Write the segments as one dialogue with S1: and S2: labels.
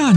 S1: 大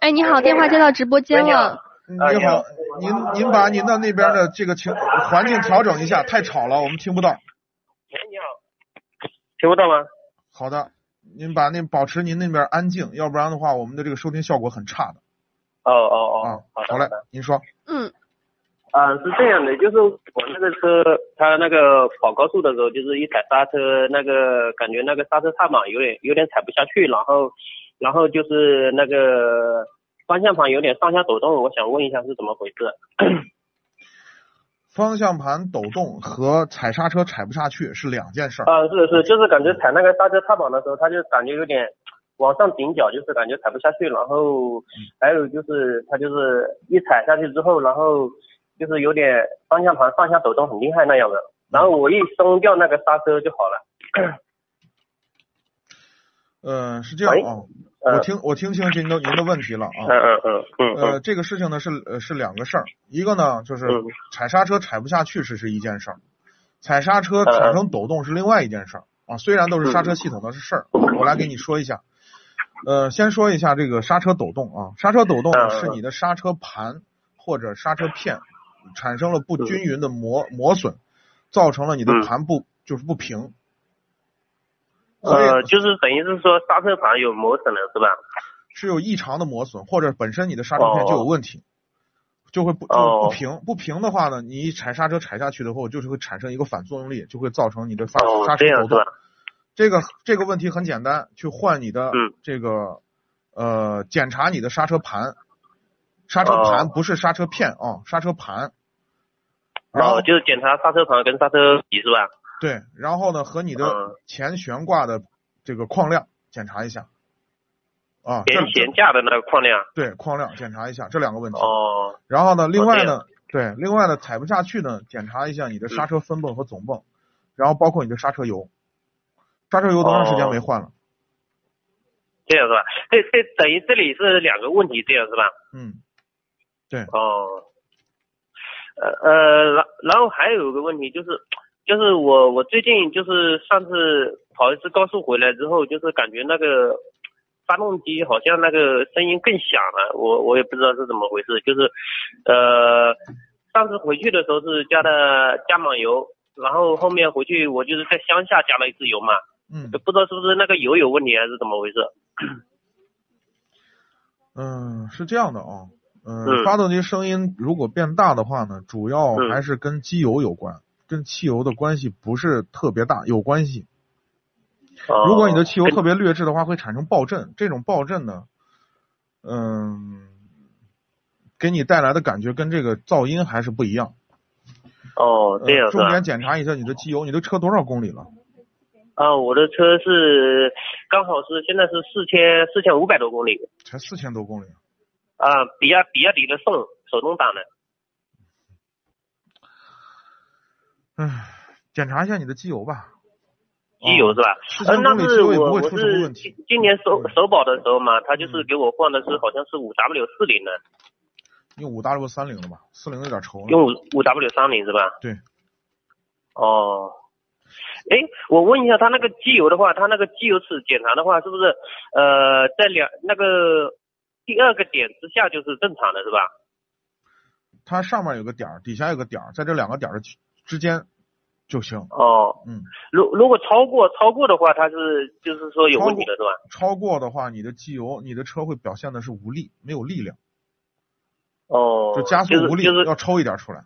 S2: 哎，你好，电话接到直播间
S3: 喂你好
S2: 了。
S4: 您
S3: 啊你
S4: 好
S3: 好，
S4: 您您把您的那边的这个情环境调整一下，太吵了，我们听不到。
S3: 喂，你好。听不到吗？
S4: 好的，您把那保持您那边安静，要不然的话，我们的这个收听效果很差的
S3: 哦哦哦，
S4: 啊
S3: 好。的
S4: 好
S3: 好
S4: 嘞
S3: 的。，
S4: 您说，
S2: 嗯
S3: 啊，是这样的，就是我那个车，它那个跑高速的时候，就是一踩刹车，那个感觉那个刹车踏板有点有点踩不下去，然后，然后就是那个方向盘有点上下抖动，我想问一下是怎么回事？啊
S4: 方向盘抖动和踩刹车踩不下去是两件事儿。
S3: 啊，是是，就是感觉踩那个刹车踏板的时候，它就感觉有点往上顶脚，就是感觉踩不下去。然
S4: 嗯
S3: 后还有就是它就是一踩下去之后，然后就是有点方向盘上下抖动很厉害那样的。
S4: 嗯
S3: 然后我一松掉那个刹车就好了。嗯
S4: 呃，是这样啊，
S3: 喂呃
S4: 我听我听清您的您的问题了
S3: 嗯嗯
S4: 啊。
S3: 嗯嗯
S4: 呃，
S3: 嗯
S4: 这个事情呢是呃是两个事儿，一个呢就是
S3: 嗯
S4: 踩刹车踩不下去是是一件事儿，踩刹车
S3: 呃
S4: 产生抖动是另外一件事儿啊。虽然都是
S3: 嗯
S4: 刹车系统的事儿，我来给你说一下。呃，先说一下这个刹车抖动啊，刹车抖动呢
S3: 嗯嗯
S4: 是你的刹车盘或者刹车片产生了不均匀的磨磨损，造成了你的
S3: 嗯
S4: 盘不就是不平。所以
S3: 呃，就是等于是说刹车盘有磨损了是吧？
S4: 是有异常的磨损，或者本身你的刹车片就有问题，就会不就
S3: 哦
S4: 是不平。不平的话呢，你一踩刹车踩下去的话，就是会产生一个反作用力，就会造成你的刹
S3: 哦
S4: 刹车
S3: 这样
S4: 抖动
S3: 是吧。
S4: 这个这个问题很简单，去换你的
S3: 嗯
S4: 这个、呃检查你的刹车盘，刹车盘
S3: 哦
S4: 不是刹车片啊，刹车盘。然后
S3: 哦，就是检查刹车盘跟刹车皮是吧？
S4: 对，然后呢和你的
S3: 嗯
S4: 前悬挂的这个框量检查一下。啊，这
S3: 前前架的那个框量。
S4: 对框量检查一下这两个问题。
S3: 哦
S4: 然后呢，另外
S3: 这
S4: 呢，对，另外呢，踩不下去呢，检查一下你的
S3: 嗯
S4: 刹车分泵和总泵，然后包括你的刹车油，刹车油多长时间没换
S3: 哦
S4: 了？
S3: 这样是吧？这这等于这里是两个问题，这样是吧？
S4: 嗯，
S3: 哦，呃呃，然然后还有一个问题就是，就是我我最近就是上次跑一次高速回来之后，就是感觉那个发动机好像那个声音更响了，我我也不知道是怎么回事，就是呃上次回去的时候是加的加满油，然后后面回去我就是在乡下加了一次油嘛，
S4: 嗯
S3: 不知道是不是那个油有问题还是怎么回事？
S4: 嗯，是这样的啊，嗯，
S3: 嗯
S4: 发动机声音如果变大的话呢，主要
S3: 嗯
S4: 还是跟机油有关，跟汽油的关系不是特别大，有关系。
S3: 哦
S4: 如果你的汽油特别劣质的话，会产生爆震，这种爆震呢，嗯，给你带来的感觉跟这个噪音还是不一样。
S3: 哦，这样
S4: 呃
S3: 是
S4: 重
S3: 吧？
S4: 点检查一下你的机油，你的车多少公里了？
S3: 啊，我的车是刚好是现在是四千四千五百多公里
S4: 才四千多公里，
S3: 啊，比亚比亚迪的宋手动挡的。
S4: 唉，检查一下你的机油吧。哦
S3: 机油是吧？
S4: 4000
S3: 呃，那
S4: 公里
S3: 是
S4: 机油也不
S3: 我
S4: 会
S3: 我
S4: 出什么
S3: 是
S4: 问题
S3: 今今年首
S4: 嗯
S3: 首保的时候嘛，他就是
S4: 嗯
S3: 给我换的是好像是五 W 四零的，
S4: 用五 W 三零了吧？四零有点稠了。
S3: 用五五 W 三零是吧？
S4: 哦对。
S3: 哦。哎，我问一下，他那个机油的话，他那个机油尺检查的话，是不是呃在两那个第二个点之下就是正常的是吧？
S4: 它上面有个点儿，底下有个点儿，在这两个点儿的区之间就行。
S3: 哦，
S4: 嗯，
S3: 如如果超过超过的话，它是就是说有问题的是吧？
S4: 超过的话，你的机油，你的车会表现的是无力，没有力量，
S3: 哦，
S4: 就加速无力，
S3: 就是、就是、
S4: 要抽一点出来。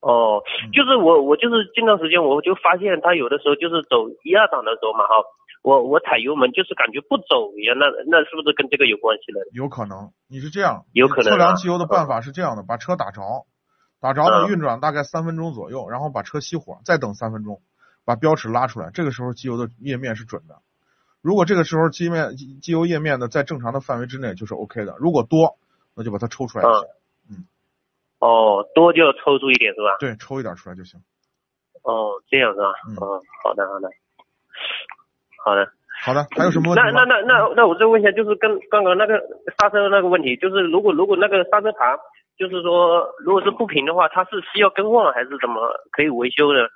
S3: 哦
S4: 嗯，
S3: 就是我我就是近段时间我就发现它有的时候就是走一二档的时候嘛哈，我我踩油门就是感觉不走一样，那那是不是跟这个有关系呢？
S4: 有可能，你是这样，
S3: 有可能啊
S4: 测量机油的办法是这样的，把车打着，打着呢
S3: 嗯
S4: 运转大概三分钟左右，然后把车熄火，再等三分钟，把标尺拉出来，这个时候机油的液面是准的。如果这个时候机面机油液面呢在正常的范围之内就是 OK 的，如果多那就把它抽出来就行。
S3: 嗯哦，多就抽出一点是吧？
S4: 对，抽一点出来就行。
S3: 哦，这样是吧？
S4: 嗯
S3: 哦，好的，好的，好的。
S4: 好的，还有什么
S3: 嗯
S4: 问
S3: 那
S4: 题吗
S3: 那？那那那我再问一下，就是跟刚刚那个刹车那个问题，就是如果如果那个刹车盘，就是说如果是不平的话，它是需要更换还是怎么可以维修的？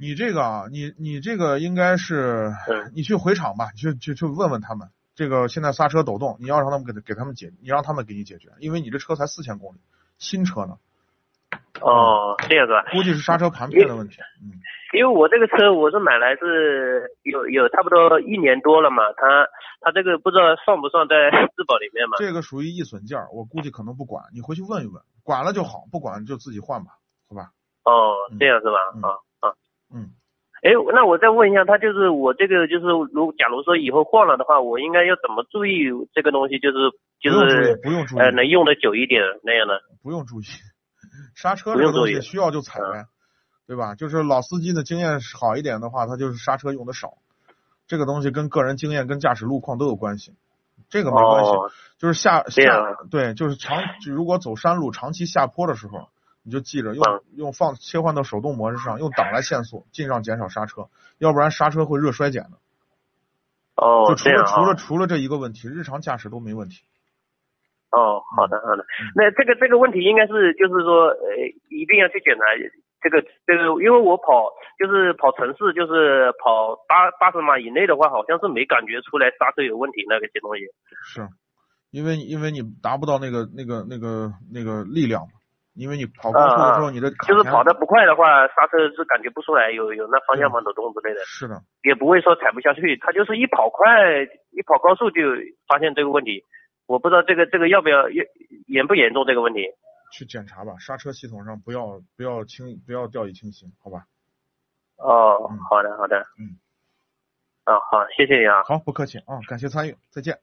S4: 你这个啊，你你这个应该是
S3: 嗯，
S4: 你去回厂吧，你去去去问问他们，这个现在刹车抖动，你要让他们给他给他们解，你让他们给你解决，因为你这车才四千公里，新车呢，
S3: 哦，
S4: 嗯
S3: 这样是吧？
S4: 估计是刹车盘片的问题。
S3: 哎
S4: 嗯，
S3: 因为我这个车我是买来是有有差不多一年多了嘛，它它这个不知道算不算在 质保里面嘛？
S4: 这个属于易损件儿，我估计可能不管，你回去问一问，管了就好，不管就自己换吧，好吧？
S3: 哦，这样是吧？
S4: 嗯
S3: 啊啊。
S4: 嗯，
S3: 哎，那我再问一下，它就是我这个就是如假如说以后换了的话，我应该要怎么注意这个东西？就是就
S4: 不用注
S3: 是
S4: 意，不用注意，
S3: 呃能用的久一点那样的。
S4: 不用注意，刹车
S3: 不
S4: 这
S3: 用
S4: 个
S3: 注
S4: 东西
S3: 意啊
S4: 需要就踩呗，对吧？就是老司机的经验好一点的话，他就是刹车用的少，这个东西跟个人经验、跟驾驶路况都有关系，这个没关系。
S3: 哦
S4: 就是下
S3: 这样
S4: 下对，就是长就如果走山路长期下坡的时候，你就记着用
S3: 嗯
S4: 用放切换到手动模式上，用档来限速，尽量减少刹车，要不然刹车会热衰减的。
S3: 哦
S4: 就，除
S3: 这
S4: 了、
S3: 样啊。
S4: 除了除了这一个问题，日常驾驶都没问题。
S3: 哦，好
S4: 嗯
S3: 的好的，那这个这个问题应该是就是说，呃，一定要去检查这个这个，因为我跑就是跑城市，就是跑八八十码以内的话，好像是没感觉出来刹车有问题那个些东西。
S4: 啊是，因为因为你达不到那个那个那个那个力量嘛，因为你跑高速
S3: 啊
S4: 的时候，你的卡
S3: 就是
S4: 钳
S3: 跑得不快的话，刹车是感觉不出来有有那方向盘抖动之类的，
S4: 是的，
S3: 也不会说踩不下去。它就是一跑快，一跑高速就发现这个问题。我不知道这个这个要不要严严不严重这个问题。
S4: 去检查吧，刹车系统上不要不要轻不要掉以轻心，好吧？
S3: 哦
S4: 嗯，
S3: 好的好的，
S4: 嗯，
S3: 啊好，谢谢你啊，
S4: 好，不客气啊、感谢参与，再见。